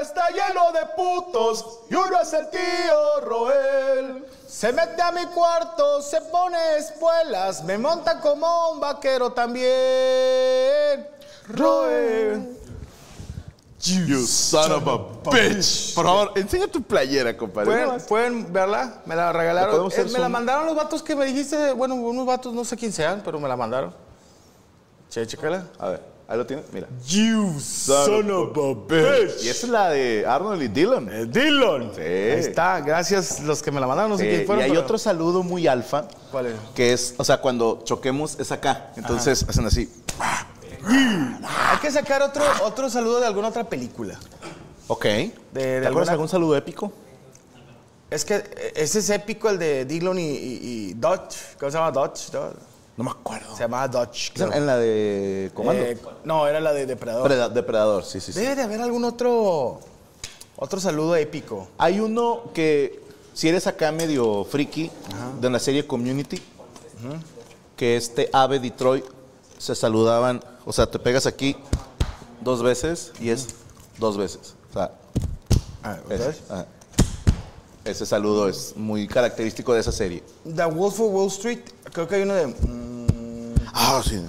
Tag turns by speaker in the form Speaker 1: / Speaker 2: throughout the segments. Speaker 1: está lleno de putos y uno es el tío Roel.
Speaker 2: Se mete a mi cuarto, se pone espuelas, me monta como un vaquero también.
Speaker 1: Roel.
Speaker 3: You son of a bitch. Por favor, enseña tu playera, compadre.
Speaker 2: ¿Pueden, pueden verla? Me la
Speaker 3: ¿Le
Speaker 2: regalaron.
Speaker 3: podemos
Speaker 2: Eh,
Speaker 3: hacer
Speaker 2: me la
Speaker 3: zoom?
Speaker 2: mandaron los vatos que me dijiste. Bueno, unos vatos, no sé quién sean, pero me la mandaron. Che, chécala.
Speaker 3: A ver, ahí lo tienes, mira.
Speaker 1: You son of a bitch.
Speaker 3: Y esa es la de Arnold y Dylan.
Speaker 1: Eh, Dylan.
Speaker 3: Sí.
Speaker 2: Ahí está, gracias los que me la mandaron, no sé
Speaker 3: Eh,
Speaker 2: quién fueron.
Speaker 3: y hay
Speaker 2: pero-
Speaker 3: otro saludo muy alfa.
Speaker 2: ¿Cuál es?
Speaker 3: Que es, o sea, cuando choquemos es acá. Entonces hacen así.
Speaker 2: Hay que sacar otro, otro saludo de alguna otra película.
Speaker 3: Ok. ¿Te
Speaker 2: de
Speaker 3: acuerdas
Speaker 2: alguna-
Speaker 3: algún saludo épico?
Speaker 2: Es que eh, ese es épico, el de Dillon y, y- y Dodge. ¿Cómo se llama Dodge? Do-
Speaker 3: No me acuerdo.
Speaker 2: Se llamaba Dodge.
Speaker 3: Es en-
Speaker 2: creo.
Speaker 3: En la de Comando.
Speaker 2: Eh, no, era la de Depredador.
Speaker 3: Preda- depredador, sí, sí, sí.
Speaker 2: Debe de haber algún otro, otro saludo épico.
Speaker 3: Hay uno que, si eres acá medio friki, de la serie Community, que este Ave Detroit se saludaban, o sea, te pegas aquí dos veces y es dos veces. O sea, ese, ajá. Ese saludo es muy característico de esa serie.
Speaker 2: The Wolf of Wall Street, creo que hay uno de... mm,
Speaker 3: Ah, sí.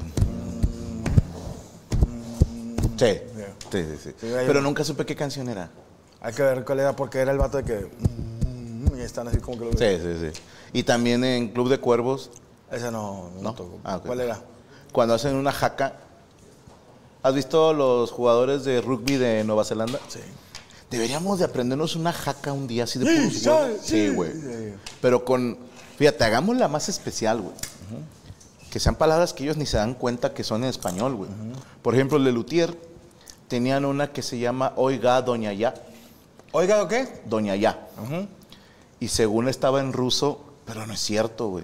Speaker 3: Sí, sí, sí. sí.
Speaker 2: hay
Speaker 3: Pero nunca supe qué canción era.
Speaker 2: hay que ver cuál era, porque era el vato de que... mm, y están así como que... lo-
Speaker 3: Sí, sí, sí. Y también en Club de Cuervos
Speaker 2: Esa no, no,
Speaker 3: ¿No?
Speaker 2: tocó.
Speaker 3: Ah, ok.
Speaker 2: ¿Cuál era?
Speaker 3: cuando hacen una jaca. ¿Has visto los jugadores de rugby de Nueva Zelanda? Sí. Deberíamos de aprendernos una jaca un día así de puros
Speaker 2: sí,
Speaker 3: huevos.
Speaker 2: sí,
Speaker 3: Sí, güey.
Speaker 2: sí.
Speaker 3: Pero con, fíjate, hagámosla más especial, güey. Que sean palabras que ellos ni se dan cuenta que son en español, güey. Por ejemplo, Lelutier tenían una que se llama Oiga Doña Ya,
Speaker 2: Oiga, ¿o qué?
Speaker 3: Doña Ya. Y según estaba en ruso, pero no es cierto, güey.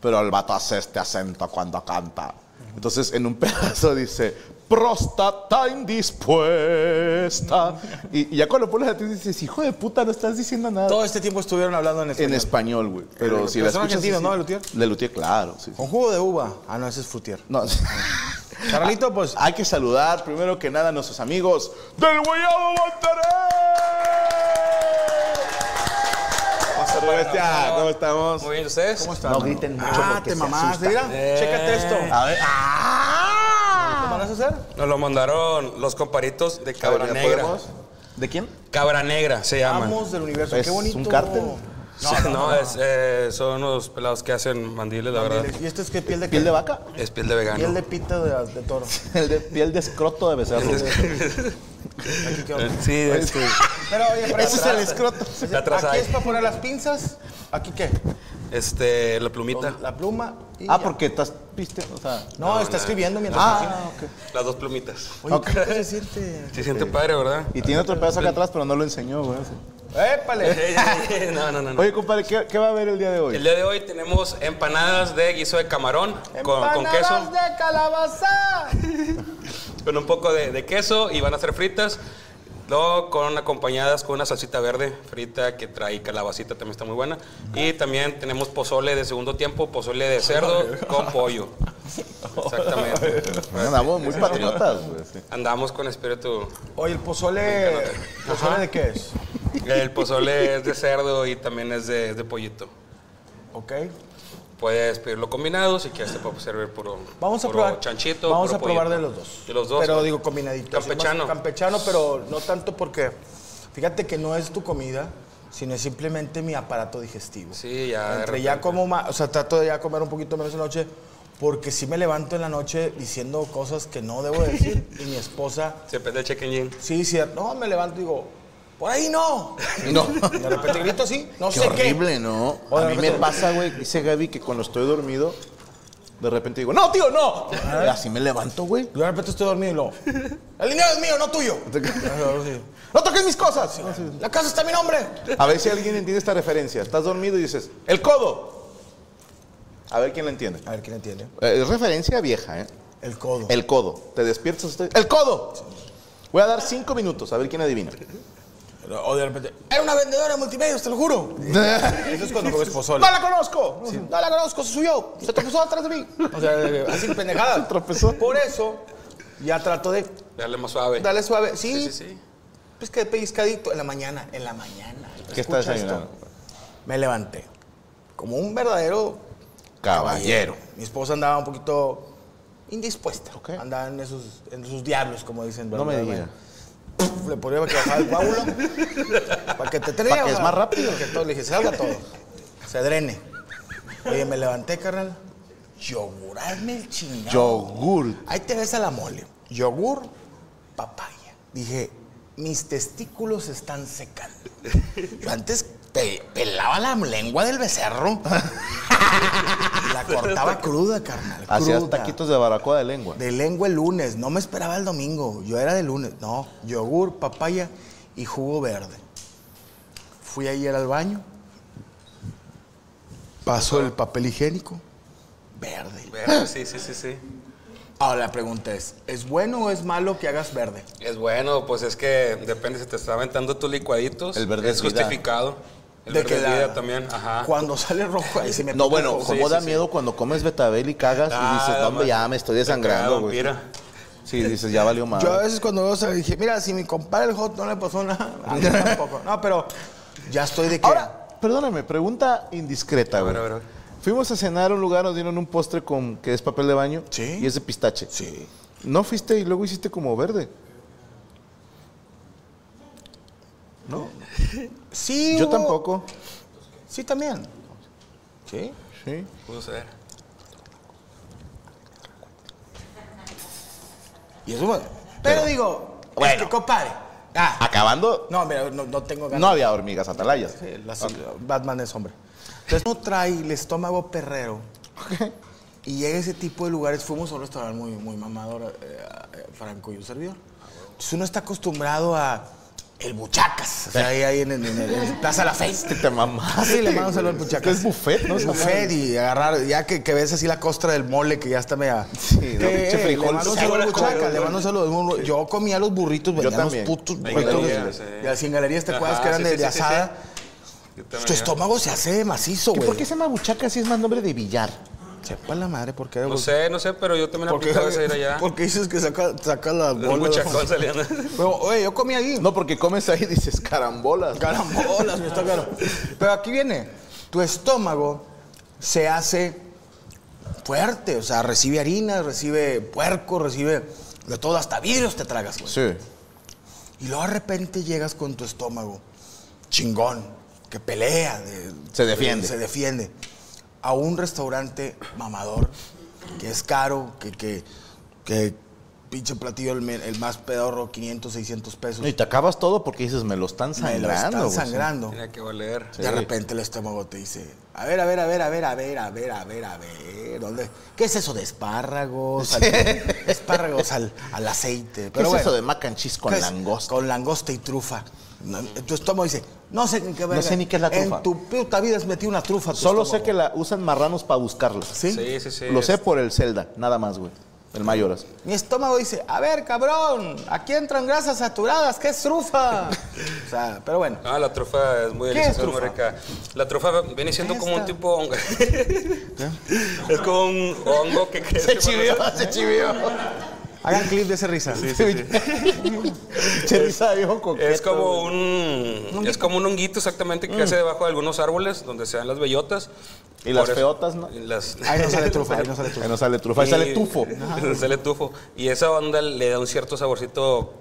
Speaker 3: Pero el vato hace este acento cuando canta. Entonces, en un pedazo dice, próstata indispuesta. Y, y ya cuando pones a ti dices, hijo de puta, no estás diciendo nada.
Speaker 2: Todo este tiempo estuvieron hablando en español.
Speaker 3: en español, güey. Pero
Speaker 2: Pero
Speaker 3: si la
Speaker 2: son
Speaker 3: escuchas
Speaker 2: argentinos,
Speaker 3: así-
Speaker 2: ¿no, Lelutier?
Speaker 3: Lelutier, claro. sí, sí.
Speaker 2: Con jugo de uva. Ah, no, ese es frutier.
Speaker 3: No.
Speaker 2: Carlito, pues...
Speaker 3: Hay que saludar primero que nada a nuestros amigos del Guayabo Monterrey. Hasta Bestia, este, ah, ¿cómo estamos?
Speaker 4: Muy bien, ¿ustedes?
Speaker 2: ¿Cómo están?
Speaker 3: No
Speaker 2: mano?
Speaker 3: griten mucho
Speaker 2: Ah,
Speaker 3: porque
Speaker 2: te
Speaker 3: se
Speaker 2: mamaste. Mira,
Speaker 3: asustan.
Speaker 2: chécate esto.
Speaker 3: A ver. ¡Ah!
Speaker 2: ¿Lo van a hacer?
Speaker 4: Nos lo mandaron los comparitos de Cabra
Speaker 3: A ver, ¿ya
Speaker 4: Negra.
Speaker 3: podemos? ¿De quién?
Speaker 4: Cabra Negra se llama.
Speaker 2: Vamos del universo.
Speaker 3: Ah, ¿Es
Speaker 2: Qué bonito.
Speaker 3: un cártel?
Speaker 4: No, no, es, eh, son unos pelados que hacen mandiles, la verdad.
Speaker 2: ¿Y esto es qué piel de
Speaker 3: ¿Piel
Speaker 2: qué?
Speaker 3: de vaca?
Speaker 4: Es piel de vegano.
Speaker 2: Piel de pita de, de toro.
Speaker 3: El de- piel de escroto de becerro.
Speaker 2: Aquí quedó.
Speaker 4: Sí, este,
Speaker 2: Pero oye, pero
Speaker 3: Ese es el escroto.
Speaker 4: De atrás
Speaker 2: Aquí
Speaker 4: hay.
Speaker 2: es para poner las pinzas. ¿Aquí qué?
Speaker 4: este, la plumita.
Speaker 2: La pluma. y
Speaker 3: Ah,
Speaker 2: ya.
Speaker 3: porque estás piste, o sea.
Speaker 2: No, está escribiendo mientras
Speaker 3: Ah, ok.
Speaker 4: Las dos plumitas.
Speaker 2: cocina. Oye, ¿qué puedes decirte?
Speaker 4: Se siente padre, ¿verdad?
Speaker 3: Y tiene otro pedazo acá atrás, pero no lo enseñó, güey.
Speaker 2: ¡Épale!
Speaker 4: no, no, no. no.
Speaker 3: Oye, compadre, ¿qué, qué va a haber el día de
Speaker 4: El
Speaker 3: hoy?
Speaker 4: día de hoy tenemos empanadas de guiso de camarón con, con
Speaker 2: ¡Empanadas
Speaker 4: queso,
Speaker 2: de calabaza!
Speaker 4: con un poco de, de queso y van a ser fritas. Luego con acompañadas con una salsita verde frita que trae calabacita, también está muy buena. Y también tenemos pozole de segundo tiempo, pozole de cerdo con pollo. Exactamente.
Speaker 3: Bueno, andamos muy patriotas, güey. sí.
Speaker 4: Andamos con espíritu.
Speaker 2: Oye, el pozole... ¿Pozole de qué es?
Speaker 4: El pozole es de cerdo y también es de, es de pollito.
Speaker 2: Ok.
Speaker 4: Puedes pedirlo combinado, si quieres te puedo servir puro,
Speaker 2: Vamos a
Speaker 4: puro
Speaker 2: probar.
Speaker 4: chanchito.
Speaker 2: Vamos
Speaker 4: puro
Speaker 2: a probar
Speaker 4: pollito.
Speaker 2: de los dos.
Speaker 4: De los dos. pues,
Speaker 2: Pero digo combinadito. así más
Speaker 4: Campechano.
Speaker 2: Campechano, pero no tanto porque. Fíjate que no es tu comida, sino es simplemente mi aparato digestivo.
Speaker 4: Sí, ya de
Speaker 2: Entre ya
Speaker 4: repente.
Speaker 2: como más. O sea, trato de ya comer un poquito menos en la noche. Porque sí me levanto en la noche diciendo cosas que no debo decir. y mi esposa.
Speaker 4: Siempre es de chicken yin.
Speaker 2: Sí, sí, no, me levanto y digo, por ahí no.
Speaker 3: No.
Speaker 2: Y de repente grito así, no
Speaker 3: Qué
Speaker 2: sé
Speaker 3: horrible, ¿no?
Speaker 2: O de
Speaker 3: a mí me
Speaker 2: repente-
Speaker 3: pasa, güey, dice Gaby, que cuando estoy dormido, de repente digo, no, tío, no.
Speaker 2: Ah.
Speaker 3: Y así me levanto, güey.
Speaker 2: qué. Yo de repente estoy dormido y lo. El dinero es mío, no tuyo.
Speaker 3: No toques mis cosas.
Speaker 2: La casa está a mi nombre.
Speaker 3: A ver si alguien entiende esta referencia. Estás dormido y dices, el codo. A ver quién la entiende.
Speaker 2: A ver quién entiende.
Speaker 3: Eh, Es referencia vieja, ¿eh?
Speaker 2: El codo.
Speaker 3: El codo. Te despiertas. usted- ¡El codo! Voy a dar cinco minutos a ver quién adivina.
Speaker 2: O oh, de repente, era una vendedora de multimedios, te lo juro. Eso es cuando comes pozole.
Speaker 3: ¡No la conozco!
Speaker 2: No la conozco, se subió, se tropezó atrás de mí. O sea, eh, así pendejada.
Speaker 3: Se tropezó.
Speaker 2: Por eso, ya trato de
Speaker 4: Dale más suave.
Speaker 2: darle suave. Sí,
Speaker 4: Sí, sí, sí.
Speaker 2: Pues que pellizcadito en la mañana, en la mañana.
Speaker 3: ¿Qué estás
Speaker 2: Escucha
Speaker 3: desayunando?
Speaker 2: esto. Me levanté. Como un verdadero
Speaker 3: Caballero.
Speaker 2: Eh, Mi esposa andaba un poquito indispuesta.
Speaker 3: Ok.
Speaker 2: Andaba en esos, en sus diablos, como dicen.
Speaker 3: No me
Speaker 2: ¿verdad?
Speaker 3: diga.
Speaker 2: Puf, Le ponía para que bajara el coágulo. para que te traiga.
Speaker 3: Para que es más rápido.
Speaker 2: Que todo, le dije, salga todo. Se drene. Oye, me levanté, carnal. Yogurarme el chingado.
Speaker 3: Yogur.
Speaker 2: Ahí te ves a la mole. Yogur, papaya. Dije, mis testículos se están secando. Yo antes pe- pelaba la lengua del becerro. Y la cortaba cruda, carnal.
Speaker 3: Hacías
Speaker 2: cruda.
Speaker 3: taquitos de baracoa de lengua.
Speaker 2: De lengua el lunes. No me esperaba el domingo. Yo era de lunes. No, yogur, papaya y jugo verde. Fui ayer al baño. Pasó el papel higiénico. Verde.
Speaker 4: Verde, Sí, sí, sí, sí.
Speaker 2: Ahora la pregunta es, ¿es bueno o es malo que hagas verde?
Speaker 4: Es bueno, pues es que depende si te está aventando tus licuaditos.
Speaker 3: El verde
Speaker 4: es
Speaker 3: es vida.
Speaker 4: justificado. El
Speaker 2: De
Speaker 4: verde
Speaker 2: que
Speaker 4: es
Speaker 2: la-
Speaker 4: vida también, ajá.
Speaker 2: Cuando sale rojo, ahí sí me pica
Speaker 3: No,
Speaker 2: el
Speaker 3: bueno,
Speaker 2: ojo.
Speaker 3: como
Speaker 4: sí,
Speaker 3: da
Speaker 4: sí.
Speaker 3: miedo cuando comes betabel y cagas
Speaker 4: Ah,
Speaker 3: y dices, no, hombre,
Speaker 4: nada más.
Speaker 3: ya me estoy
Speaker 4: Ah,
Speaker 3: desangrando, güey.
Speaker 4: vampira.
Speaker 3: Sí, dices, ya valió más.
Speaker 2: Yo a veces cuando veo, o sea, dije, mira, si mi compadre el hot no le pasó nada, a mí tampoco. No, pero ya estoy de que...
Speaker 3: Ahora, perdóname, pregunta indiscreta, güey.
Speaker 4: ver, a ver, a ver.
Speaker 3: Fuimos a cenar a un lugar, nos dieron un postre con que es papel de baño
Speaker 2: Sí.
Speaker 3: y es de pistache.
Speaker 2: Sí.
Speaker 3: No fuiste y luego hiciste como verde. ¿No?
Speaker 2: Sí,
Speaker 3: Yo
Speaker 2: hubo-
Speaker 3: tampoco.
Speaker 2: Sí, también. Sí.
Speaker 3: Sí.
Speaker 4: Pudo ser.
Speaker 2: Y eso, bueno. Pero digo,
Speaker 3: Bueno.
Speaker 2: este compadre. ah,
Speaker 3: Acabando,
Speaker 2: no, mira, no, no tengo ganas.
Speaker 3: no había hormigas atalayas.
Speaker 2: Sí, las- Batman es hombre. Entonces no trae el estómago perrero. Y llega a ese tipo de lugares. Fuimos a un restaurante muy, muy mamador, eh, eh, Franco y un servidor. Entonces uno está acostumbrado a el buchacas. O sea, ahí, ahí en, en- en el- en el Plaza La Fe.
Speaker 3: Te mamás.
Speaker 2: Así le mando un saludo al buchacas.
Speaker 3: Es buffet, ¿no?
Speaker 2: Es buffet y agarrar, ya que, que ves así la costra del mole que ya está media.
Speaker 3: Sí, no,
Speaker 2: Eh,
Speaker 3: pinche
Speaker 2: eh,
Speaker 3: frijol.
Speaker 2: Le mando un saludo al
Speaker 4: Sí,
Speaker 2: buchacas,
Speaker 4: bueno,
Speaker 2: le mando un saludo al burro. Yo comía los burritos, vendían los
Speaker 3: también.
Speaker 2: putos
Speaker 3: Ahí
Speaker 2: burritos.
Speaker 3: comía,
Speaker 2: de-
Speaker 4: sí.
Speaker 2: De las galerías, ¿te acuerdas
Speaker 4: Ajá,
Speaker 2: que eran
Speaker 4: sí,
Speaker 2: de,
Speaker 4: sí,
Speaker 2: de
Speaker 4: sí, sí.
Speaker 2: asada?
Speaker 4: Yo también,
Speaker 2: Tu
Speaker 4: ya.
Speaker 2: estómago se hace macizo,
Speaker 3: ¿Y
Speaker 2: güey.
Speaker 3: por qué se llama buchaca si es más nombre de billar?
Speaker 2: Sepa la madre, ¿por qué?
Speaker 4: No sé, no sé, pero yo también
Speaker 2: Porque
Speaker 4: aplicaba esa ir allá.
Speaker 2: porque dices que saca, saca la
Speaker 4: Un
Speaker 2: bola.
Speaker 4: muchachón saliendo.
Speaker 2: Pero, oye, yo comí ahí.
Speaker 3: No, porque comes ahí y dices carambolas.
Speaker 2: Carambolas, me está claro. Pero aquí viene. Tu estómago se hace fuerte. O sea, recibe harina, recibe puerco, recibe de todo. Hasta virus te tragas, güey.
Speaker 3: Sí.
Speaker 2: Y luego de repente llegas con tu estómago chingón, que pelea. de-
Speaker 3: Se defiende.
Speaker 2: Se defiende. A un restaurante mamador, que es caro, que, que, que pinche platillo el, me- el más pedorro, 500, 600 pesos.
Speaker 3: No, y te acabas todo porque dices, me lo están
Speaker 2: Me
Speaker 3: sangrando.
Speaker 2: lo están
Speaker 3: güey".
Speaker 2: sangrando.
Speaker 4: Tenía que valer.
Speaker 2: De repente el estómago te dice, a ver, a ver, a ver, a ver, a ver, a ver, a ver, a ver, ¿dónde? ¿Qué es eso de espárragos? Al- espárragos al, al aceite.
Speaker 3: ¿Qué
Speaker 2: Pero
Speaker 3: es
Speaker 2: bueno,
Speaker 3: eso de mac and cheese con
Speaker 2: ¿qué es?
Speaker 3: langosta?
Speaker 2: Pues, Con langosta y trufa. No, tu estómago dice, no sé en qué verga.
Speaker 3: sé ni qué es la trufa.
Speaker 2: En tu puta vida has metido una trufa. a tu
Speaker 3: Solo sé
Speaker 2: estómago.
Speaker 3: que la usan marranos para buscarla.
Speaker 2: ¿Sí?
Speaker 4: Sí, sí, sí.
Speaker 3: Lo sé por el Zelda, nada más, güey. El Mayoras.
Speaker 2: Mi estómago dice, a ver, cabrón, aquí entran grasas saturadas, ¿qué es trufa? o sea, pero bueno.
Speaker 4: Ah, la trufa es muy
Speaker 2: ¿Qué
Speaker 4: deliciosa,
Speaker 2: es
Speaker 4: es muy
Speaker 2: trufa?
Speaker 4: rica. La trufa viene siendo como un
Speaker 2: Esta.
Speaker 4: tipo hongo. es como un hongo que crece. por la-
Speaker 3: se chivió.
Speaker 2: Hagan clip de esa risa.
Speaker 3: Se risa de ojo coqueto,
Speaker 4: Es como un Mm. es como un honguito exactamente que crece debajo de algunos árboles donde se dan las bellotas.
Speaker 3: Y las
Speaker 4: Por eso-
Speaker 3: feotas, ¿no?
Speaker 4: Las
Speaker 2: Ahí no sale trufa, ahí no sale
Speaker 3: Ahí
Speaker 2: trufa.
Speaker 3: no sale trufa, ahí
Speaker 4: Y-
Speaker 3: sale tufo.
Speaker 4: sale tufo. Y esa onda le da un cierto saborcito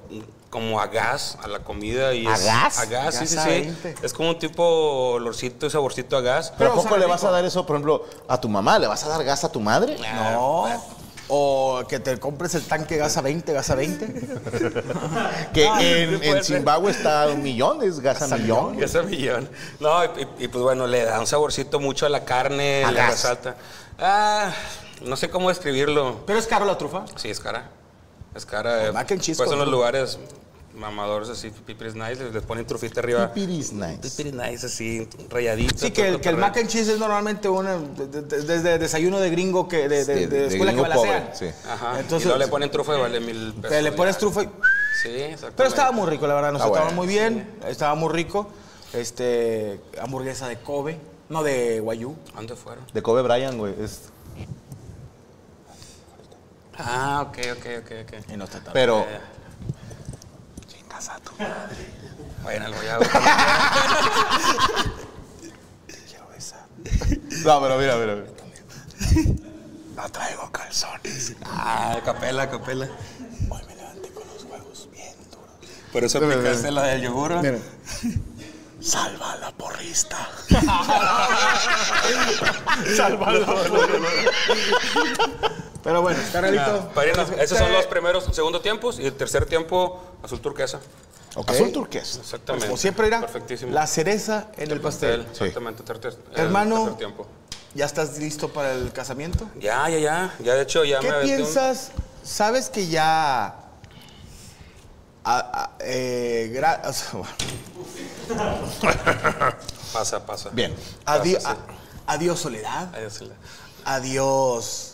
Speaker 4: como a gas a la comida. Y
Speaker 3: ¿A
Speaker 4: es-
Speaker 3: gas?
Speaker 4: A gas, sí,
Speaker 2: Gas
Speaker 4: sí,
Speaker 2: a
Speaker 4: sí.
Speaker 2: 20.
Speaker 4: Es como un tipo olorcito y saborcito a gas.
Speaker 3: ¿Pero a
Speaker 2: Pero
Speaker 3: poco
Speaker 2: sabe
Speaker 3: le vas
Speaker 2: rico.
Speaker 3: a dar eso, por ejemplo, a tu mamá? ¿Le vas a dar gas a tu madre?
Speaker 2: No. O que te compres el tanque gas a 20, gas a 20.
Speaker 3: Que
Speaker 4: Ah, sí
Speaker 3: en,
Speaker 4: puede
Speaker 3: en
Speaker 4: ser.
Speaker 3: Zimbabue está a un millón, es gas a millón.
Speaker 4: Ese millón. No, y, y- y, pues bueno, le da un saborcito mucho a la carne,
Speaker 3: A
Speaker 4: le
Speaker 3: gas.
Speaker 4: resalta. Ah, no sé cómo describirlo.
Speaker 2: Pero es caro la trufa.
Speaker 4: Sí, es cara. Es cara. eh,
Speaker 2: mac and cheese
Speaker 4: pues
Speaker 2: con
Speaker 4: en los
Speaker 2: trufa.
Speaker 4: lugares mamadores así, pipiris nice, les, les ponen trufita arriba.
Speaker 3: Pipiris nice.
Speaker 4: Pipiris nice, así, rayadito.
Speaker 2: Sí, que el, que el mac and cheese es normalmente una, de- de- desde desayuno de gringo que de, de- de
Speaker 3: de
Speaker 2: escuela que
Speaker 3: gringo
Speaker 2: balacean.
Speaker 3: pobre, sí.
Speaker 4: Ajá.
Speaker 2: Entonces,
Speaker 4: y luego le ponen trufa y vale mil pesos.
Speaker 2: te le pones
Speaker 4: ya.
Speaker 2: trufa y-
Speaker 4: Sí, exactamente.
Speaker 2: Pero estaba muy rico, la verdad. Nos
Speaker 3: Ah,
Speaker 2: estaba
Speaker 3: bueno,
Speaker 2: muy bien, estaba muy rico. Este, hamburguesa de Kobe, no de Wayú.
Speaker 4: ¿A ¿Dónde fueron?
Speaker 3: De Kobe Bryant, güey. es-
Speaker 4: Ah, ok, ok, ok, ok.
Speaker 2: Y no está tan-
Speaker 3: Pero
Speaker 2: casa tú.
Speaker 4: Vayan al gollado.
Speaker 2: Quiero besar.
Speaker 3: No, pero mira, mira. mira.
Speaker 2: No traigo calzones.
Speaker 4: Ah, capela, capela.
Speaker 2: Hoy me levanté con los huevos bien duros.
Speaker 4: Por eso aplicaste la del yogur.
Speaker 2: Mira. Salva a la porrista. Pero bueno, Pues, eh, carnalito.
Speaker 4: Padrino, Ah, esos son los primeros, segundo tiempos y el tercer tiempo, azul turquesa.
Speaker 2: Ok.
Speaker 3: Azul turquesa.
Speaker 4: Exactamente.
Speaker 2: Como siempre irá.
Speaker 4: Perfectísimo.
Speaker 2: La cereza en el pastel.
Speaker 4: Él, Exactamente, tercer, el
Speaker 2: Hermano.
Speaker 4: tercer tiempo.
Speaker 2: ¿Ya estás listo para el casamiento?
Speaker 4: Ya, ya, ya. Ya, de hecho, ya
Speaker 2: ¿Qué
Speaker 4: me aventé un-
Speaker 2: piensas? Sabes que ya. a- a- eh, gra- o sea, bueno,
Speaker 4: Pasa, pasa.
Speaker 3: Bien.
Speaker 2: adi-
Speaker 4: Pasa, sí.
Speaker 2: a- adiós soledad,
Speaker 4: Adiós, Hilda.
Speaker 2: adiós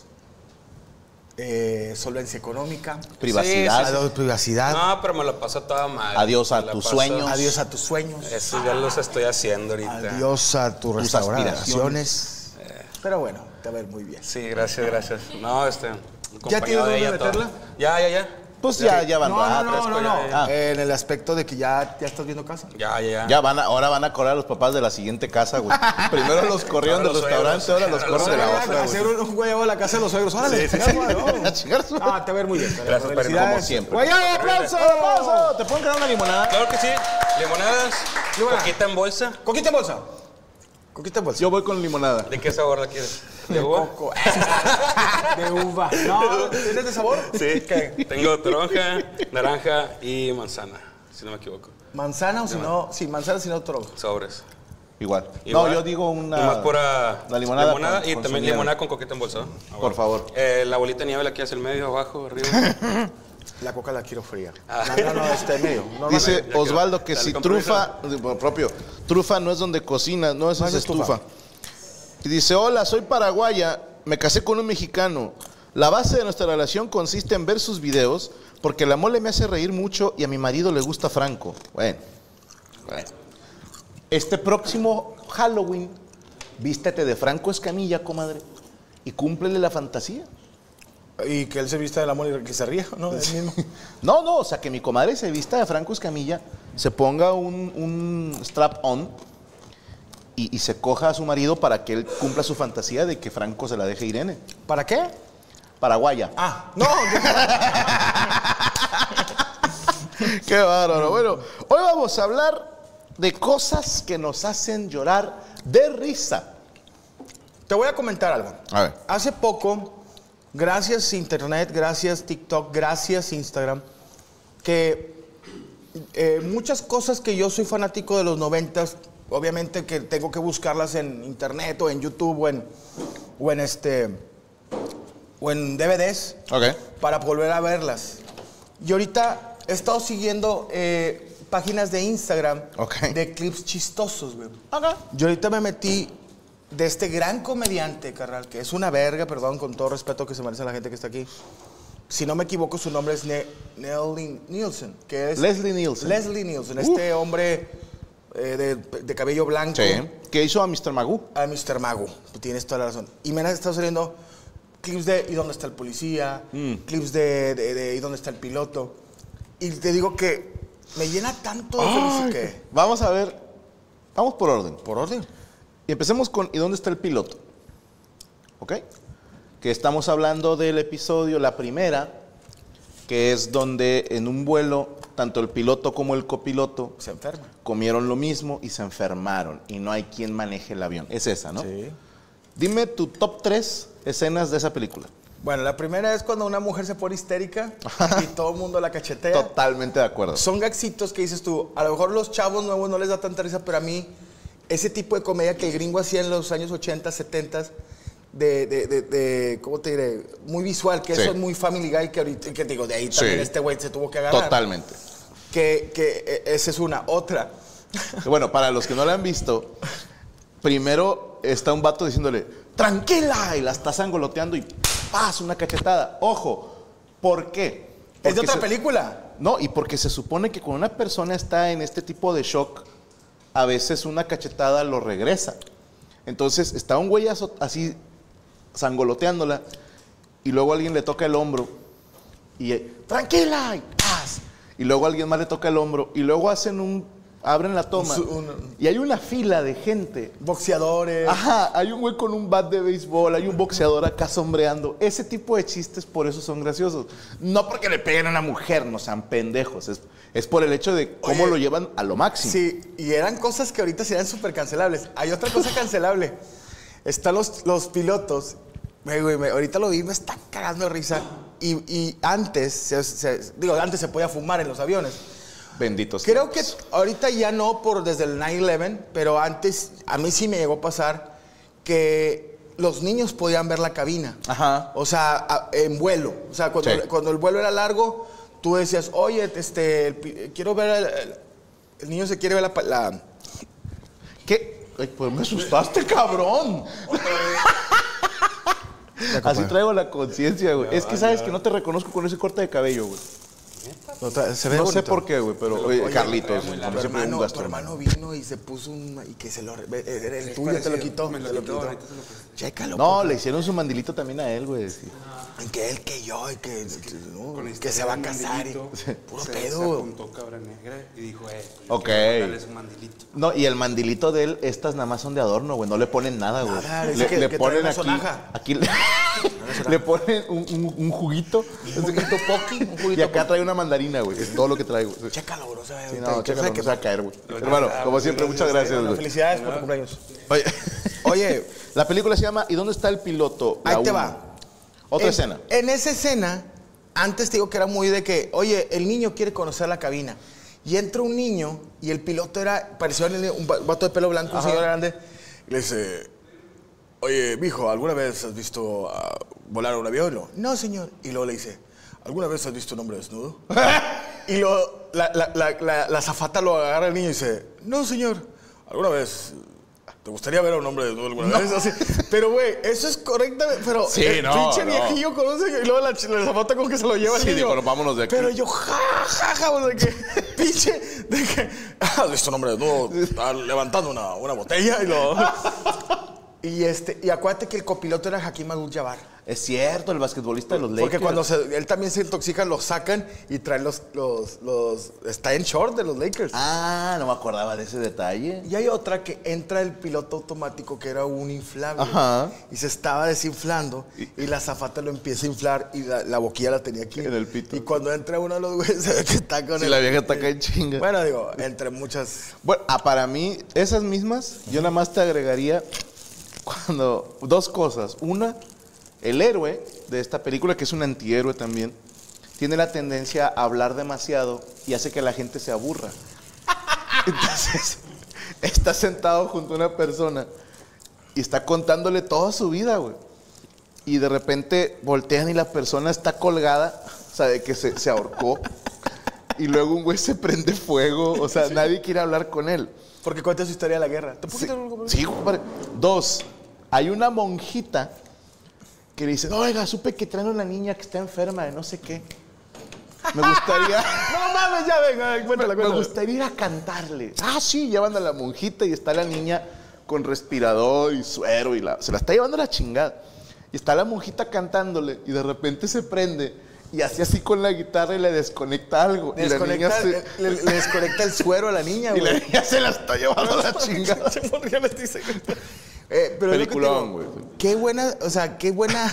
Speaker 2: eh, solvencia económica,
Speaker 3: Privacidad.
Speaker 2: adiós privacidad,
Speaker 4: No, pero me la pasa toda mal.
Speaker 3: Adiós a
Speaker 4: Me la
Speaker 3: tus
Speaker 4: paso-
Speaker 3: sueños.
Speaker 2: adiós a tus sueños,
Speaker 4: Eso ya los estoy haciendo ahorita.
Speaker 2: adiós a tus
Speaker 3: aspiraciones.
Speaker 2: restauraciones. Pero bueno, te va a ver muy bien.
Speaker 4: Sí, gracias, gracias. No, este. un
Speaker 2: ¿Ya
Speaker 4: compañero
Speaker 2: tienes
Speaker 4: de
Speaker 2: dónde
Speaker 4: ella, todo.
Speaker 2: meterla?
Speaker 4: Ya, ya, ya.
Speaker 3: Pues ya, ya van.
Speaker 2: No,
Speaker 3: ah,
Speaker 2: no, no,
Speaker 3: fresco,
Speaker 2: no,
Speaker 3: ya,
Speaker 2: no.
Speaker 3: ya, ya.
Speaker 2: Eh, en el aspecto de que ya, ya estás viendo casa.
Speaker 4: Ya, ya, ya.
Speaker 3: Ya van a- ahora van a correr a los papás de la siguiente casa, güey. Primero los corrieron
Speaker 4: Ahora
Speaker 3: del
Speaker 4: los
Speaker 3: restaurante, ahora
Speaker 4: suegros.
Speaker 3: los
Speaker 4: Ahora los
Speaker 3: corren de la
Speaker 4: suegros.
Speaker 3: otra,
Speaker 2: Hacer
Speaker 3: güey.
Speaker 2: un un huevo a la casa de los suegros. Órale, chingar, ¿no?
Speaker 3: A chingar su-
Speaker 2: Ah, te va a ver muy bien.
Speaker 4: Gracias, padrino,
Speaker 2: Felicidades.
Speaker 3: como siempre.
Speaker 2: Guayabo, aplauso, aplauso. ¿Te pueden crear una limonada?
Speaker 4: Claro que sí. Limonadas,
Speaker 2: Limonada.
Speaker 4: coquita en bolsa.
Speaker 2: Coquita en bolsa. Coquita en bolsa.
Speaker 3: Yo voy con limonada.
Speaker 4: ¿De qué sabor la quieres? ¿De
Speaker 2: de
Speaker 4: uva?
Speaker 2: coco. De uva. No, ¿tienes de sabor?
Speaker 4: Sí. Tengo toronja, naranja y manzana, si no me equivoco.
Speaker 2: Manzana o si no, sí, manzana si no tronco.
Speaker 4: Sobres.
Speaker 3: Igual. No,
Speaker 4: Igual,
Speaker 3: yo digo una.
Speaker 4: Nomás pura
Speaker 3: La limonada. con-
Speaker 4: y
Speaker 3: con
Speaker 4: también
Speaker 3: sonido.
Speaker 4: limonada con coqueta en bolsa. ¿no? Ah,
Speaker 3: Por
Speaker 4: bueno.
Speaker 3: favor.
Speaker 4: Eh, la bolita de nieve la quieres el medio, abajo, arriba.
Speaker 2: La coca la quiero fría.
Speaker 4: Ah.
Speaker 2: No, no, no, este medio. No,
Speaker 3: Dice
Speaker 4: ya quedó.
Speaker 3: Osvaldo que
Speaker 4: Dale,
Speaker 3: si
Speaker 4: compromiso.
Speaker 3: trufa, bueno, propio, trufa no es donde cocina, no, esa es estufa. Y dice, hola, soy paraguaya, me casé con un mexicano. La base de nuestra relación consiste en ver sus videos, porque la mole me hace reír mucho y a mi marido le gusta Franco. Bueno, bueno. Este próximo Halloween, vístete de Franco Escamilla, comadre, y cúmplele la fantasía.
Speaker 2: Y que él se vista del amor y que se ría, ¿no? Él mismo.
Speaker 3: No, no, o sea, que mi comadre se vista de Franco Escamilla, se ponga un, strap-on y, y se coja a su marido para que él cumpla su fantasía de que Franco se la deje a Irene.
Speaker 2: ¿Para qué?
Speaker 3: Paraguaya.
Speaker 2: Ah, no.
Speaker 3: Qué bárbaro. Bueno, hoy vamos a hablar de cosas que nos hacen llorar de risa.
Speaker 2: Te voy a comentar algo.
Speaker 3: A ver.
Speaker 2: Hace poco, gracias Internet, gracias TikTok, gracias Instagram, que eh, muchas cosas que yo soy fanático de los noventas, obviamente que tengo que buscarlas en Internet o en YouTube o en, o en, este, o en DVDs
Speaker 3: Ok.
Speaker 2: para volver a verlas. Y ahorita he estado siguiendo eh, páginas de Instagram
Speaker 3: Ok.
Speaker 2: de clips chistosos, güey. Yo ahorita me metí de este gran comediante, carnal, que es una verga, perdón, con todo respeto que se merece la gente que está aquí. Si no me equivoco, su nombre es Ne- Nelly Nielsen, que es...
Speaker 3: Leslie Nielsen.
Speaker 2: Leslie Nielsen, este hombre eh, de, de cabello blanco
Speaker 3: Sí. ¿Qué hizo a Mr. Magoo?
Speaker 2: a Mr. Mago. Tú Tienes toda la razón. Y me han estado saliendo clips de ¿y dónde está el policía? Clips de, de- de ¿y dónde está el piloto? Y te digo que me llena tanto de felicidad que...
Speaker 3: Vamos a ver. Vamos por orden.
Speaker 2: Por orden.
Speaker 3: Y empecemos con ¿y dónde está el piloto? ¿Ok? Que estamos hablando del episodio, la primera, que es donde en un vuelo, tanto el piloto como el copiloto
Speaker 2: Se enferma.
Speaker 3: comieron lo mismo y se enfermaron y no hay quien maneje el avión. Es esa, ¿no?
Speaker 2: Sí.
Speaker 3: Dime tu top tres escenas de esa película.
Speaker 2: Bueno, la primera es cuando una mujer se pone histérica y todo el mundo la cachetea.
Speaker 3: Totalmente de acuerdo.
Speaker 2: Son gaxitos que dices tú, a lo mejor los chavos nuevos no les da tanta risa, pero a mí ese tipo de comedia que el gringo hacía en los años 80, 70, de, de, de, de- ¿cómo te diré? Muy visual, que
Speaker 3: Sí.
Speaker 2: eso es muy Family Guy, que ahorita, que digo, de ahí
Speaker 3: Sí.
Speaker 2: también este güey se tuvo que agarrar.
Speaker 3: Totalmente.
Speaker 2: Que, que eh, esa es una. Otra,
Speaker 3: Bueno, para los que no la han visto, primero está un vato diciéndole, tranquila, y la está sangoloteando y ¡paz! una cachetada. Ojo, ¿por qué?
Speaker 2: es de
Speaker 3: Porque
Speaker 2: otra
Speaker 3: se-
Speaker 2: película.
Speaker 3: No, y porque se supone que cuando una persona está en este tipo de shock, a veces una cachetada lo regresa. Entonces está un güey aso- así sangoloteándola y luego alguien le toca el hombro y eh, tranquila y ¡paz! Y y luego alguien más le toca el hombro y luego hacen un abren la toma
Speaker 2: Su- un-
Speaker 3: y hay una fila de gente.
Speaker 2: Boxeadores.
Speaker 3: Ajá, hay un güey con un bat de béisbol, hay un boxeador acá sombreando. Ese tipo de chistes por eso son graciosos. No porque le peguen a una mujer, no sean pendejos. Es, es por el hecho de cómo
Speaker 2: Oye,
Speaker 3: lo llevan a lo máximo.
Speaker 2: Sí, y eran cosas que ahorita serían súper cancelables. Hay otra cosa cancelable. Están los, los pilotos. Güey, güey, me- ahorita lo vi, me están cagando de risa. Y, y antes, se- se- digo, antes se podía fumar en los aviones.
Speaker 3: Benditos.
Speaker 2: Creo que
Speaker 3: tiempos.
Speaker 2: ahorita ya no por desde el 9-11, pero antes a mí sí me llegó a pasar que los niños podían ver la cabina.
Speaker 3: Ajá.
Speaker 2: O sea, a- en vuelo. O sea, cuando,
Speaker 3: Ah. Sí.
Speaker 2: cuando el vuelo era largo, tú decías, oye, este, el pi- quiero ver, el, el- el niño se quiere ver la... pa- la-".
Speaker 3: ¿Qué? Ay, pues me asustaste, cabrón. Así traigo la conciencia, güey. Es que sabes que no te reconozco con ese corte de cabello, güey.
Speaker 2: se
Speaker 3: No sé por qué, güey, pero oye, Carlitos,
Speaker 2: eh, Tu
Speaker 3: como siempre un
Speaker 2: hermano, tu
Speaker 3: gastro.
Speaker 2: hermano vino y se puso un... y que se lo... re- Era el tuyo, te lo
Speaker 4: parecido.
Speaker 2: quitó.
Speaker 4: Me lo
Speaker 2: te
Speaker 4: quitó, ahorita se lo puse.
Speaker 2: Chécalo.
Speaker 3: No, le hicieron su mandilito también a él, güey. sí.
Speaker 2: En que él, que yo, y que, no,
Speaker 5: Con la
Speaker 2: que
Speaker 4: este
Speaker 5: historia
Speaker 2: se va a
Speaker 5: del
Speaker 2: casar. y-
Speaker 5: mandilito,
Speaker 2: puro
Speaker 5: se- Se
Speaker 2: pedo.
Speaker 5: apuntó cabra negra y dijo, eh, pues,
Speaker 3: Ok.
Speaker 5: dale su mandilito.
Speaker 3: No, y el mandilito de él, estas nada más son de adorno, güey. No le ponen nada, güey.
Speaker 2: Nada, es
Speaker 3: le,
Speaker 2: que-
Speaker 3: le
Speaker 2: que traen
Speaker 3: ponen
Speaker 2: una
Speaker 3: aquí.
Speaker 2: sonaja.
Speaker 3: Aquí le, le ponen un, un- un juguito.
Speaker 2: Un poquito poqui, un
Speaker 3: Y
Speaker 2: poquito
Speaker 3: acá trae una mandarina, güey. Es todo lo que trae, güey. Sí,
Speaker 2: Chécalo, bro. Se ve
Speaker 3: no,
Speaker 2: ahorita,
Speaker 3: chécalo,
Speaker 2: sabe
Speaker 3: no
Speaker 2: que-
Speaker 3: se va a caer, güey. Hermano, como siempre, muchas gracias,
Speaker 2: Bueno,
Speaker 3: güey.
Speaker 2: Felicidades por tu cumpleaños.
Speaker 3: Oye,
Speaker 2: Oye.
Speaker 3: la película se llama ¿Y dónde está el piloto? La
Speaker 2: Ahí te
Speaker 3: uno.
Speaker 2: va.
Speaker 3: Otra
Speaker 2: En-
Speaker 3: escena.
Speaker 2: En esa escena, antes te digo que era muy de que, oye, el niño quiere conocer la cabina. Y entra un niño y el piloto era, parecía un un va- vato de pelo blanco, un señor grande. Y le dice, oye, mijo, ¿alguna vez has visto ah, volar un avión? No, no, señor. Y luego le dice, ¿alguna vez has visto un hombre desnudo? y luego la, la, la, la- la zafata lo agarra al niño y dice, no, señor, ¿alguna vez ¿Te gustaría ver a un hombre desnudo alguna vez? Así. Pero, güey, eso es correctamente. Pero
Speaker 3: Sí,
Speaker 2: el
Speaker 3: no,
Speaker 2: pinche
Speaker 3: no.
Speaker 2: viejillo con un señor y luego la, ch- la zapata con que se lo lleva el
Speaker 3: Sí,
Speaker 2: niño.
Speaker 3: dijo, "No, vámonos de aquí".
Speaker 2: Pero yo, ja, ja, ja, güey, de que, pinche, de que, "Ah, has visto un hombre desnudo está levantando una, una botella y lo... y este, y acuérdate que el copiloto era Hakim Abdul-Jabbar.
Speaker 3: Es cierto, el basquetbolista de los Lakers.
Speaker 2: Porque cuando se- él también se intoxica, lo sacan y traen los, los, los, está en short de los Lakers.
Speaker 3: Ah, no me acordaba de ese detalle.
Speaker 2: Y hay otra que entra el piloto automático que era un inflable.
Speaker 3: Ajá.
Speaker 2: Y se estaba desinflando y la zafata lo empieza a inflar y la, la boquilla la tenía aquí.
Speaker 3: En el pito.
Speaker 2: Y cuando entra uno de los güeyes se ve que está con
Speaker 3: Si
Speaker 2: el-
Speaker 3: la vieja está acá en chinga. Bueno,
Speaker 2: Bueno, digo, entre muchas.
Speaker 3: ah, para mí, esas mismas, yo nada más te agregaría cuando dos cosas. Una, el héroe de esta película, que es un antihéroe también, tiene la tendencia a hablar demasiado y hace que la gente se aburra. Entonces, está sentado junto a una persona y está contándole toda su vida, güey. Y de repente voltean y la persona está colgada, o sea, de que se, se ahorcó. Y luego un güey se prende fuego, o sea, nadie quiere hablar con él.
Speaker 2: Porque cuenta su historia de la guerra. ¿Te
Speaker 3: Sí,
Speaker 2: pusiste algo, compadre?
Speaker 3: sí, compadre. Dos, hay una monjita que le dice, oiga, supe que traen a una niña que está enferma de no sé qué. Me gustaría...
Speaker 2: No mames, ya venga, cuéntala,
Speaker 3: Me
Speaker 2: cuéntala.
Speaker 3: gustaría ir a cantarle. Ah, sí, llevan a la monjita y está la niña con respirador y suero y la, se la está llevando la chingada. Y está la monjita cantándole y de repente se prende y hace así con la guitarra y le desconecta algo. Y la niña
Speaker 2: Desconecta, eh,
Speaker 3: se,
Speaker 2: le, le desconecta el suero a la niña,
Speaker 3: y
Speaker 2: güey.
Speaker 3: la niña se la está llevando la chingada.
Speaker 2: ¿Por qué les dice que- Eh, pero es lo que te digo,
Speaker 3: Peliculón, güey.
Speaker 2: Qué buena, o sea, qué buena.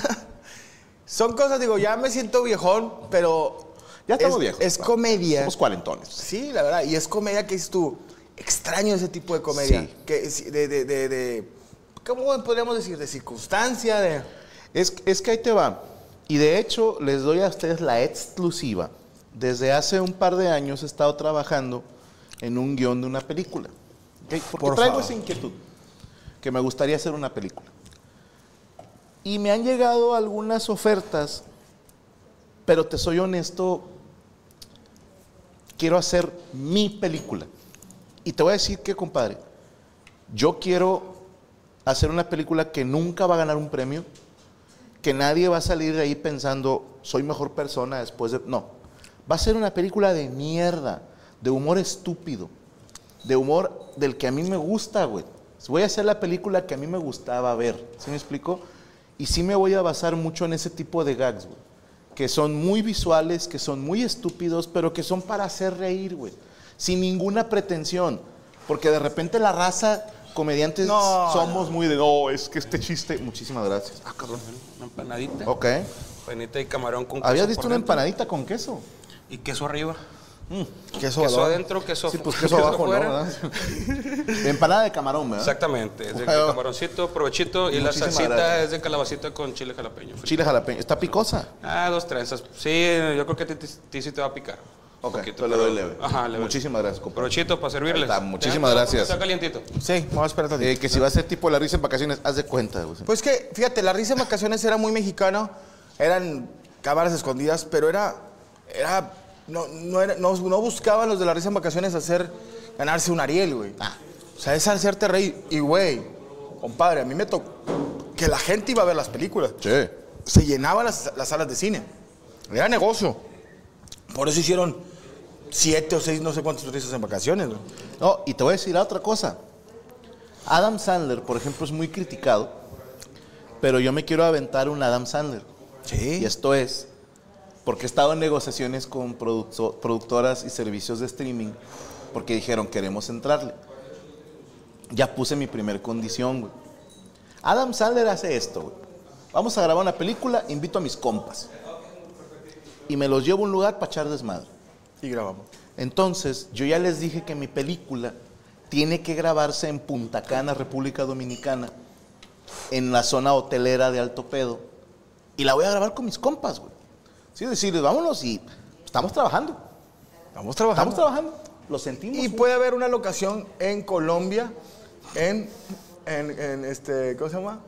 Speaker 2: Son cosas, digo, ya me siento viejón, pero.
Speaker 3: Ya estamos
Speaker 2: es,
Speaker 3: viejos.
Speaker 2: Es
Speaker 3: va.
Speaker 2: comedia.
Speaker 3: Somos cuarentones.
Speaker 2: Sí, la verdad. Y es comedia que dices tú. Extraño ese tipo de comedia.
Speaker 3: Sí.
Speaker 2: Que es de, de, de, de- ¿Cómo podríamos decir? De circunstancia, de.
Speaker 3: Es, es que ahí te va. Y de hecho, les doy a ustedes la exclusiva. Desde hace un par de años he estado trabajando en un guión de una película. ¿ok? Porque
Speaker 2: Por
Speaker 3: traigo
Speaker 2: favor.
Speaker 3: esa inquietud. Que me gustaría hacer una película. Y me han llegado algunas ofertas, pero te soy honesto, quiero hacer mi película. Y te voy a decir que, compadre, yo quiero hacer una película que nunca va a ganar un premio, que nadie va a salir de ahí pensando, soy mejor persona después de... No, va a ser una película de mierda, de humor estúpido, de humor del que a mí me gusta, güey. Voy a hacer la película que a mí me gustaba ver, ¿sí me explico? Y sí me voy a basar mucho en ese tipo de gags, güey. que son muy visuales, que son muy estúpidos, pero que son para hacer reír, güey. Sin ninguna pretensión. Porque de repente la raza, comediantes,
Speaker 2: No,
Speaker 3: somos muy de, no, es que este chiste. Muchísimas gracias.
Speaker 4: Ah, cabrón. Una empanadita.
Speaker 3: Ok.
Speaker 4: Empanadita y camarón con queso
Speaker 3: Oh. ¿Habías visto
Speaker 4: por
Speaker 3: una
Speaker 4: dentro.
Speaker 3: empanadita con queso?
Speaker 4: Y queso arriba.
Speaker 2: Queso,
Speaker 4: queso
Speaker 2: adobado.
Speaker 4: adentro, queso
Speaker 3: Sí, pues
Speaker 4: fu-
Speaker 3: queso abajo, ¿no?
Speaker 4: fuera.
Speaker 3: ¿Verdad? Empanada de camarón, ¿verdad?
Speaker 4: Exactamente. Es de
Speaker 3: Ojalá.
Speaker 4: camaroncito, provechito. Y la
Speaker 3: Muchísimas
Speaker 4: salsita
Speaker 3: gracias.
Speaker 4: es de calabacita con chile jalapeño.
Speaker 3: Chile jalapeño. Está picosa.
Speaker 4: Ah, dos trenzas. Sí, yo creo que a ti- ti sí te va a picar.
Speaker 3: Ok,
Speaker 4: Poquito,
Speaker 3: te lo
Speaker 4: pero-
Speaker 3: doy leve.
Speaker 4: Ajá, leve.
Speaker 3: Muchísimas gracias, compadre.
Speaker 4: Provechito para servirles.
Speaker 3: Ahí está, muchísimas
Speaker 4: Ya,
Speaker 3: gracias.
Speaker 4: Está calientito.
Speaker 2: Sí, vamos a esperar tantito.
Speaker 3: Eh, que si va a ser tipo la risa en vacaciones, haz de cuenta, güey.
Speaker 2: Pues que, fíjate, la risa en vacaciones era muy mexicano, eran cámaras escondidas, pero era, era, no, no, era- no- no buscaban los de la risa en vacaciones hacer, ganarse un Ariel, güey. O sea, es hacerte reír. Y, güey, compadre, a mí me tocó que la gente iba a ver las películas.
Speaker 3: Che.
Speaker 2: Se llenaban las, las salas de cine. Era negocio. Por eso hicieron siete o seis, no sé cuántas risas en vacaciones, güey.
Speaker 3: No, y te voy a decir otra cosa. Adam Sandler, por ejemplo, es muy criticado, pero yo me quiero aventar un Adam Sandler.
Speaker 2: Sí.
Speaker 3: Y esto es porque he estado en negociaciones con producto- productoras y servicios de streaming porque dijeron, queremos entrarle. Ya puse mi primer condición, güey. Adam Sandler hace esto, güey. Vamos a grabar una película, invito a mis compas. Y me los llevo a un lugar para echar desmadre.
Speaker 2: Y grabamos.
Speaker 3: Entonces, yo ya les dije que mi película tiene que grabarse en Punta Cana, República Dominicana, en la zona hotelera de Alto Pedo. Y la voy a grabar con mis compas, güey. Sí, decirles, vámonos y estamos trabajando.
Speaker 2: Estamos trabajando.
Speaker 3: Estamos trabajando. Lo sentimos.
Speaker 2: Y pues, puede haber una locación en Colombia, en, en, en, este, ¿cómo se llama?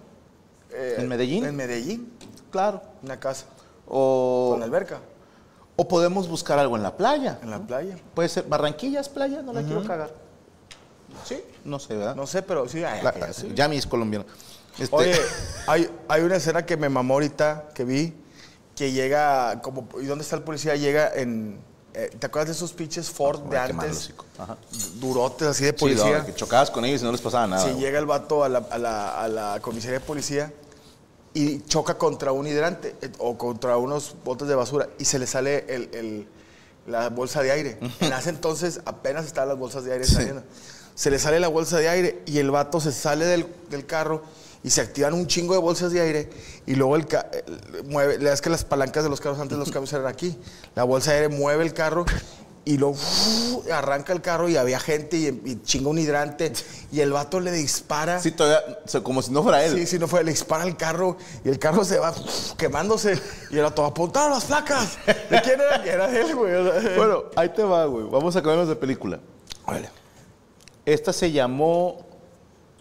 Speaker 2: Eh,
Speaker 3: ¿En Medellín?
Speaker 2: En Medellín,
Speaker 3: claro.
Speaker 2: una casa
Speaker 3: O,
Speaker 2: con alberca,
Speaker 3: o podemos buscar algo en la playa.
Speaker 2: en la playa.
Speaker 3: Puede ser Barranquillas, playa, no la quiero cagar.
Speaker 2: Sí,
Speaker 3: No sé, ¿verdad?
Speaker 2: no sé, pero sí. ay,
Speaker 3: Ah. La-
Speaker 2: ay, sí.
Speaker 3: Ya mi es colombiano. Este-
Speaker 2: Oye, hay, hay una escena que me mamó ahorita, que vi, que llega, como, ¿y dónde está el policía? Llega en, eh, ¿te acuerdas de esos pinches Ford
Speaker 3: Voy
Speaker 2: de
Speaker 3: a quemar el
Speaker 2: antes?
Speaker 3: hocico. Ajá.
Speaker 2: Durotes así de
Speaker 3: Sí,
Speaker 2: policía.
Speaker 3: no, que chocabas con ellos y no les pasaba nada.
Speaker 2: Si
Speaker 3: güey.
Speaker 2: llega el vato a la, a la- a la comisaría de policía y choca contra un hidrante eh, o contra unos botes de basura y se le sale el- el- la bolsa de aire. En ese entonces apenas estaban las bolsas de aire saliendo. Se le sale la bolsa de aire y el vato se sale del, del carro y se activan un chingo de bolsas de aire y luego el, ca- el- mueve, le das que las palancas de los carros antes los cambios eran aquí. La bolsa de aire mueve el carro y lo arranca el carro y había gente y, y chinga un hidrante y el vato le dispara.
Speaker 3: Sí, todavía, o sea, como si no fuera él.
Speaker 2: Sí, sí, no fue, le dispara al carro y el carro se va quemándose y el vato apuntado las placas. ¿De quién era? Era de él, güey. o sea.
Speaker 3: Bueno, ahí te va, güey. Vamos a cambiarnos de película. Esta se llamó,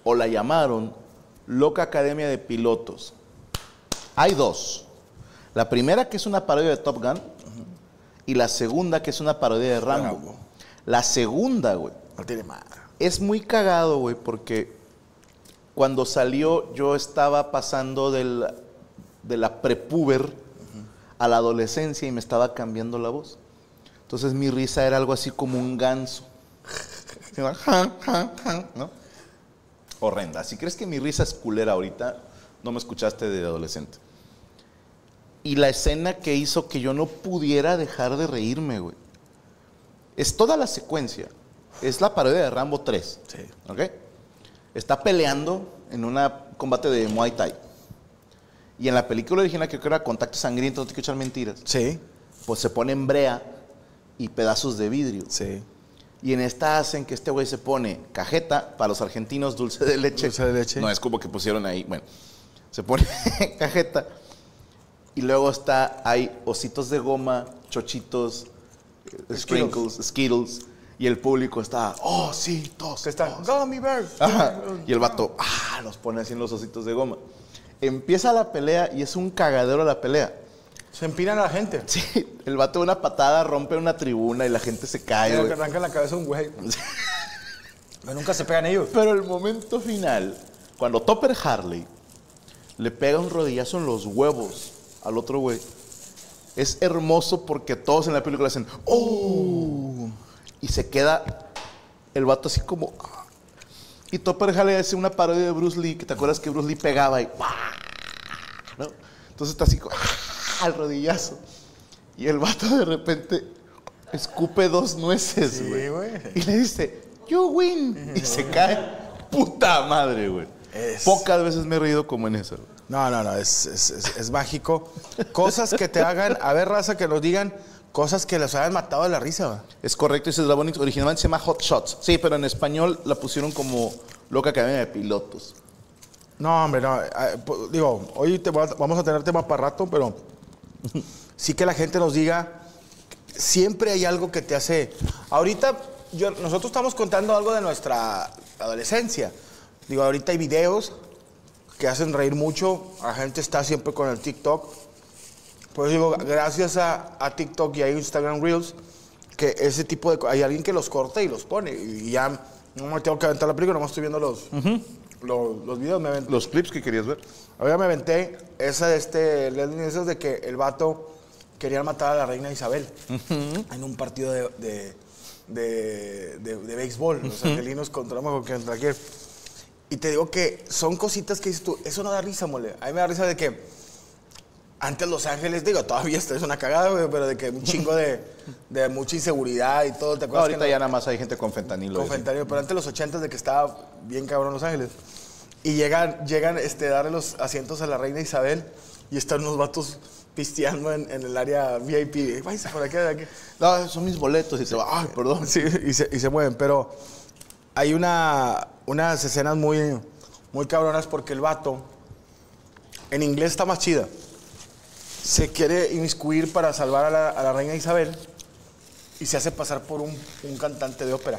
Speaker 3: o la llamaron, Loca Academia de Pilotos. Hay dos. La primera que es una parodia de Top Gun y la segunda que es una parodia de Rambo.
Speaker 2: Rambo.
Speaker 3: La segunda, güey,
Speaker 2: No tiene madre.
Speaker 3: es muy cagado, güey, porque cuando salió yo estaba pasando del, de la prepuber a la adolescencia y me estaba cambiando la voz. Entonces mi risa era algo así como un ganso. ¿No? Horrenda. Si crees que mi risa es culera ahorita, no me escuchaste de adolescente. Y la escena que hizo que yo no pudiera dejar de reírme, güey. Es toda la secuencia. Es la parodia de Rambo 3.
Speaker 2: Sí.
Speaker 3: ¿Ok? Está peleando en un combate de Muay Thai. Y en la película original, que creo que era Contacto Sangriento, no te quiero echar mentiras,
Speaker 2: Sí,
Speaker 3: pues se ponen brea y pedazos de vidrio.
Speaker 2: sí.
Speaker 3: Y en esta hacen que este güey se pone cajeta, para los argentinos dulce de leche.
Speaker 2: Dulce de leche.
Speaker 3: No, es como que pusieron ahí, bueno, se pone cajeta. Y luego está, hay ositos de goma, chochitos, eh, sprinkles, skittles. Y el público está, ositos.
Speaker 2: Que está. Oh, Gummy bear.
Speaker 3: Ajá. Y el vato, ah, los pone así en los ositos de goma. Empieza la pelea y es un cagadero la pelea.
Speaker 2: Se empina la gente.
Speaker 3: Sí, el vato de una patada rompe una tribuna y la gente se cae,
Speaker 2: Le
Speaker 3: güey.
Speaker 2: arranca la cabeza a un güey. Pero nunca se pegan ellos.
Speaker 3: Pero el momento final, cuando Topper Harley le pega un rodillazo en los huevos al otro güey, es hermoso porque todos en la película hacen ¡Oh! Y se queda el vato así como. "Ah". Y Topper Harley hace una parodia de Bruce Lee, que te acuerdas que Bruce Lee pegaba y. "Ah", ¿no? Entonces está así como. "Ah". al rodillazo. Y el vato de repente escupe dos nueces, güey.
Speaker 2: güey.
Speaker 3: y le dice, you win. Y se cae. Puta madre, güey.
Speaker 2: Es-
Speaker 3: Pocas veces me he reído como en eso. güey.
Speaker 2: No, no, no, es, es- es- es mágico. Cosas que te hagan, a ver, raza, que nos digan cosas que les hayan matado de la risa, va.
Speaker 3: Es correcto, ese es la bonita. Originalmente se llama Hot Shots. Sí, pero en español la pusieron como Loca Academia de Pilotos.
Speaker 2: No, hombre, no. eh, po- Digo, hoy te va- vamos a tener tema para rato, pero sí que la gente nos diga, siempre hay algo que te hace... Ahorita yo- nosotros estamos contando algo de nuestra adolescencia. Digo, ahorita hay videos que hacen reír mucho. La gente está siempre con el TikTok. Por eso digo, gracias a, a TikTok y a Instagram Reels, que ese tipo de... co- Hay alguien que los corta y los pone. Y ya no me tengo que aventar la película, nomás estoy viendo los, los, los videos. Me aventé-
Speaker 3: Los clips que querías ver.
Speaker 2: Ahora me aventé esa de este, Leslie Nielsen, de que el vato quería matar a la reina Isabel en un partido de, de, de- de- de béisbol, los angelinos contra México, contra quién. Y te digo que son cositas que dices tú, eso no da risa, mole. A mí me da risa de que antes Los Ángeles, digo, todavía esto es una cagada, güey, pero de que un chingo de, de mucha inseguridad y todo. ¿Te acuerdas que
Speaker 3: ahorita
Speaker 2: no-
Speaker 3: ya nada más hay gente con fentanilo.
Speaker 2: con
Speaker 3: güey.
Speaker 2: fentanilo, pero antes de los 80 de que estaba bien cabrón Los Ángeles. Y llegan, llegan este, a darle los asientos a la reina Isabel y están unos vatos pisteando en, en el área VIP. Váyanse por aquí, de aquí.
Speaker 3: No, son mis boletos. Y se va, ay, perdón.
Speaker 2: Sí, y se, y se mueven, pero hay una, unas escenas muy, muy cabronas porque el vato, en inglés está más chida, se quiere inmiscuir para salvar a la, a la reina Isabel y se hace pasar por un, un cantante de ópera.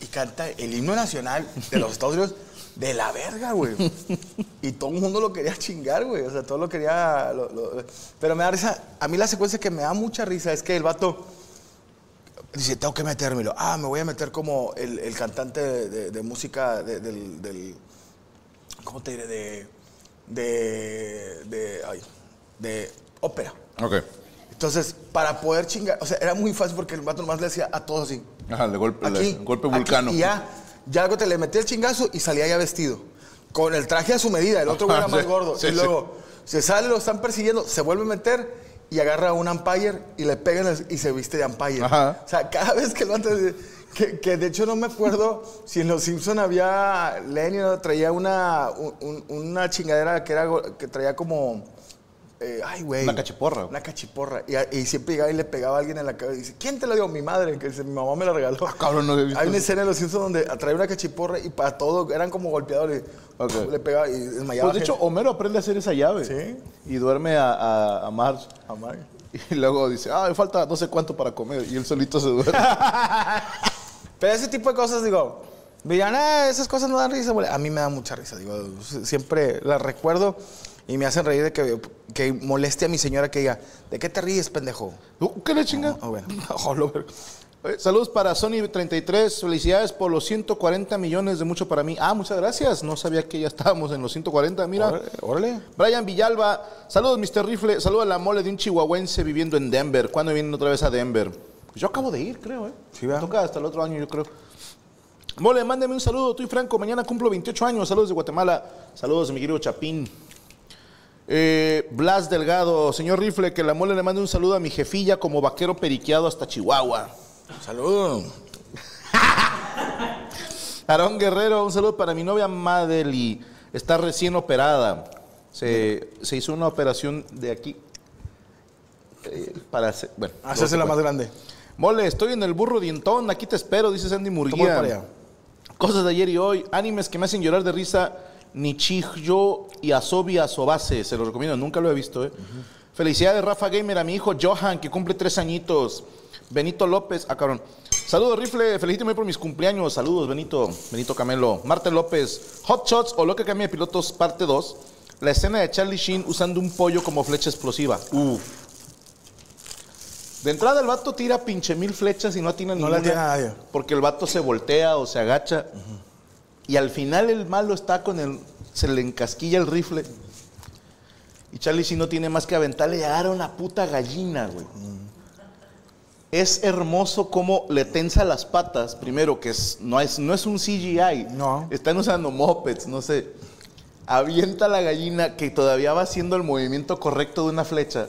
Speaker 2: Y canta el himno nacional de los Estados Unidos de la verga, güey. Y todo el mundo lo quería chingar, güey. O sea, todo lo quería... lo- lo- pero me da risa... A mí la secuencia que me da mucha risa es que el vato... Dice, tengo que metérmelo. Ah, me voy a meter como el, el cantante de, de- de música de- del, del- ¿Cómo te diré? De. De. De. ay, de ópera.
Speaker 3: Ok.
Speaker 2: Entonces, para poder chingar. O sea, era muy fácil porque el vato nomás le hacía a todos así.
Speaker 3: Ajá, de golpe, de-
Speaker 2: Aquí.
Speaker 3: golpe
Speaker 2: aquí,
Speaker 3: vulcano.
Speaker 2: y ya. Ya algo te le metía el chingazo y salía ya vestido. Con el traje a su medida. El otro güey era
Speaker 3: Sí,
Speaker 2: más gordo.
Speaker 3: sí,
Speaker 2: y
Speaker 3: sí.
Speaker 2: luego se sale, lo están persiguiendo, se vuelve a meter. Y agarra a un umpire y le pegan y se viste de umpire.
Speaker 3: Ajá.
Speaker 2: O sea, cada vez que lo antes. Que, que de hecho no me acuerdo si en Los Simpson había. Lenny ¿no? traía una, un- un- una chingadera que, era, go- que traía como. eh, ay, güey.
Speaker 3: Una cachiporra.
Speaker 2: Una cachiporra. Y, a- y siempre llegaba y le pegaba a alguien en la cabeza. Y dice: ¿Quién te la dio? Mi madre. Que dice: Mi mamá me la regaló.
Speaker 3: cabrón, no había visto
Speaker 2: Hay una
Speaker 3: eso.
Speaker 2: escena en Los Simpsons donde atraía una cachiporra y para todo eran como golpeadores.
Speaker 3: Ok.
Speaker 2: Le pegaba y desmayaba.
Speaker 3: Pues de hecho,
Speaker 2: gente.
Speaker 3: Homero aprende a hacer esa llave.
Speaker 2: Sí.
Speaker 3: Y duerme a, a, a Marge.
Speaker 2: Ah, madre.
Speaker 3: Y luego dice, ah, me falta no sé cuánto para comer. Y él solito se duerme.
Speaker 2: Pero ese tipo de cosas, digo, me dirán, "Ah, esas cosas no dan risa, güey". A mí me da mucha risa, digo, s- siempre las recuerdo y me hacen reír de que, que moleste a mi señora que diga, ¿de qué te ríes, pendejo?
Speaker 3: Uh, ¿Qué le chinga?
Speaker 2: Ah, bueno.
Speaker 3: Oh, lo ver- Eh, Saludos para Sony 33. Felicidades por los 140 millones de mucho para mí. Ah, muchas gracias. No sabía que ya estábamos en los 140. Mira.
Speaker 2: Órale, órale.
Speaker 3: Brian Villalba, saludos Mr. Rifle, saludos a la mole de un chihuahuense viviendo en Denver. ¿Cuándo vienen otra vez a Denver? Pues yo acabo de ir, creo, ¿eh?
Speaker 2: Sí,
Speaker 3: Me
Speaker 2: ¿verdad?
Speaker 3: toca hasta el otro año, yo creo. Mole, mándeme un saludo, tú y Franco, mañana cumplo 28 años, saludos de Guatemala, saludos mi querido Chapín. Eh, Blas Delgado, señor Rifle, que la mole le mande un saludo a mi jefilla como vaquero periqueado hasta Chihuahua.
Speaker 2: Saludos.
Speaker 3: Aarón Guerrero, un saludo para mi novia Madeli. Está recién operada. Se, se hizo una operación de aquí. eh, para hacer. Bueno.
Speaker 2: Hacerse la
Speaker 3: Pues.
Speaker 2: más grande.
Speaker 3: Mole, estoy en el burro dientón. Aquí te espero, dice Sandy
Speaker 2: Tú voy para allá.
Speaker 3: Murguía. Cosas de ayer y hoy. Animes que me hacen llorar de risa. Nichijo y Asobi Asobase. Se los recomiendo. Nunca lo he visto, ¿eh? Felicidades, Rafa Gamer, a mi hijo Johan, que cumple tres añitos. Benito López. Ah, cabrón. Saludos, Rifle. Felicítame por mis cumpleaños. Saludos, Benito. Benito Camelo. Marte López. Hot Shots o Loca Cambia de Pilotos, parte 2. La escena de Charlie Sheen usando un pollo como flecha explosiva. De entrada el vato tira pinche mil flechas y no atina
Speaker 2: No
Speaker 3: ninguna.
Speaker 2: la tiene ah, nadie.
Speaker 3: Porque el vato se voltea o se agacha. Y al final el malo está con el... Se le encasquilla el rifle. Y Charlie si no tiene más que aventarle a dar a una puta gallina, güey. Es hermoso cómo le tensa las patas, primero, que es, no, es, no es un CGI.
Speaker 2: No.
Speaker 3: Están usando mopeds, no sé. Avienta la gallina que todavía va haciendo el movimiento correcto de una flecha.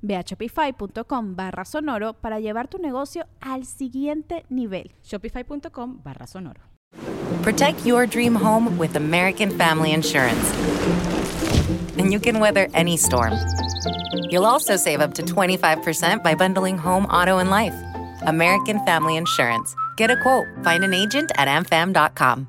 Speaker 6: Ve a shopify.com barra sonoro para llevar tu negocio al siguiente nivel.
Speaker 7: Shopify.com barra sonoro.
Speaker 8: Protect your dream home with American Family Insurance. And you can weather any storm. You'll also save up to 25% by bundling home, auto, and life. American Family Insurance. Get a quote, find an agent at amfam.com.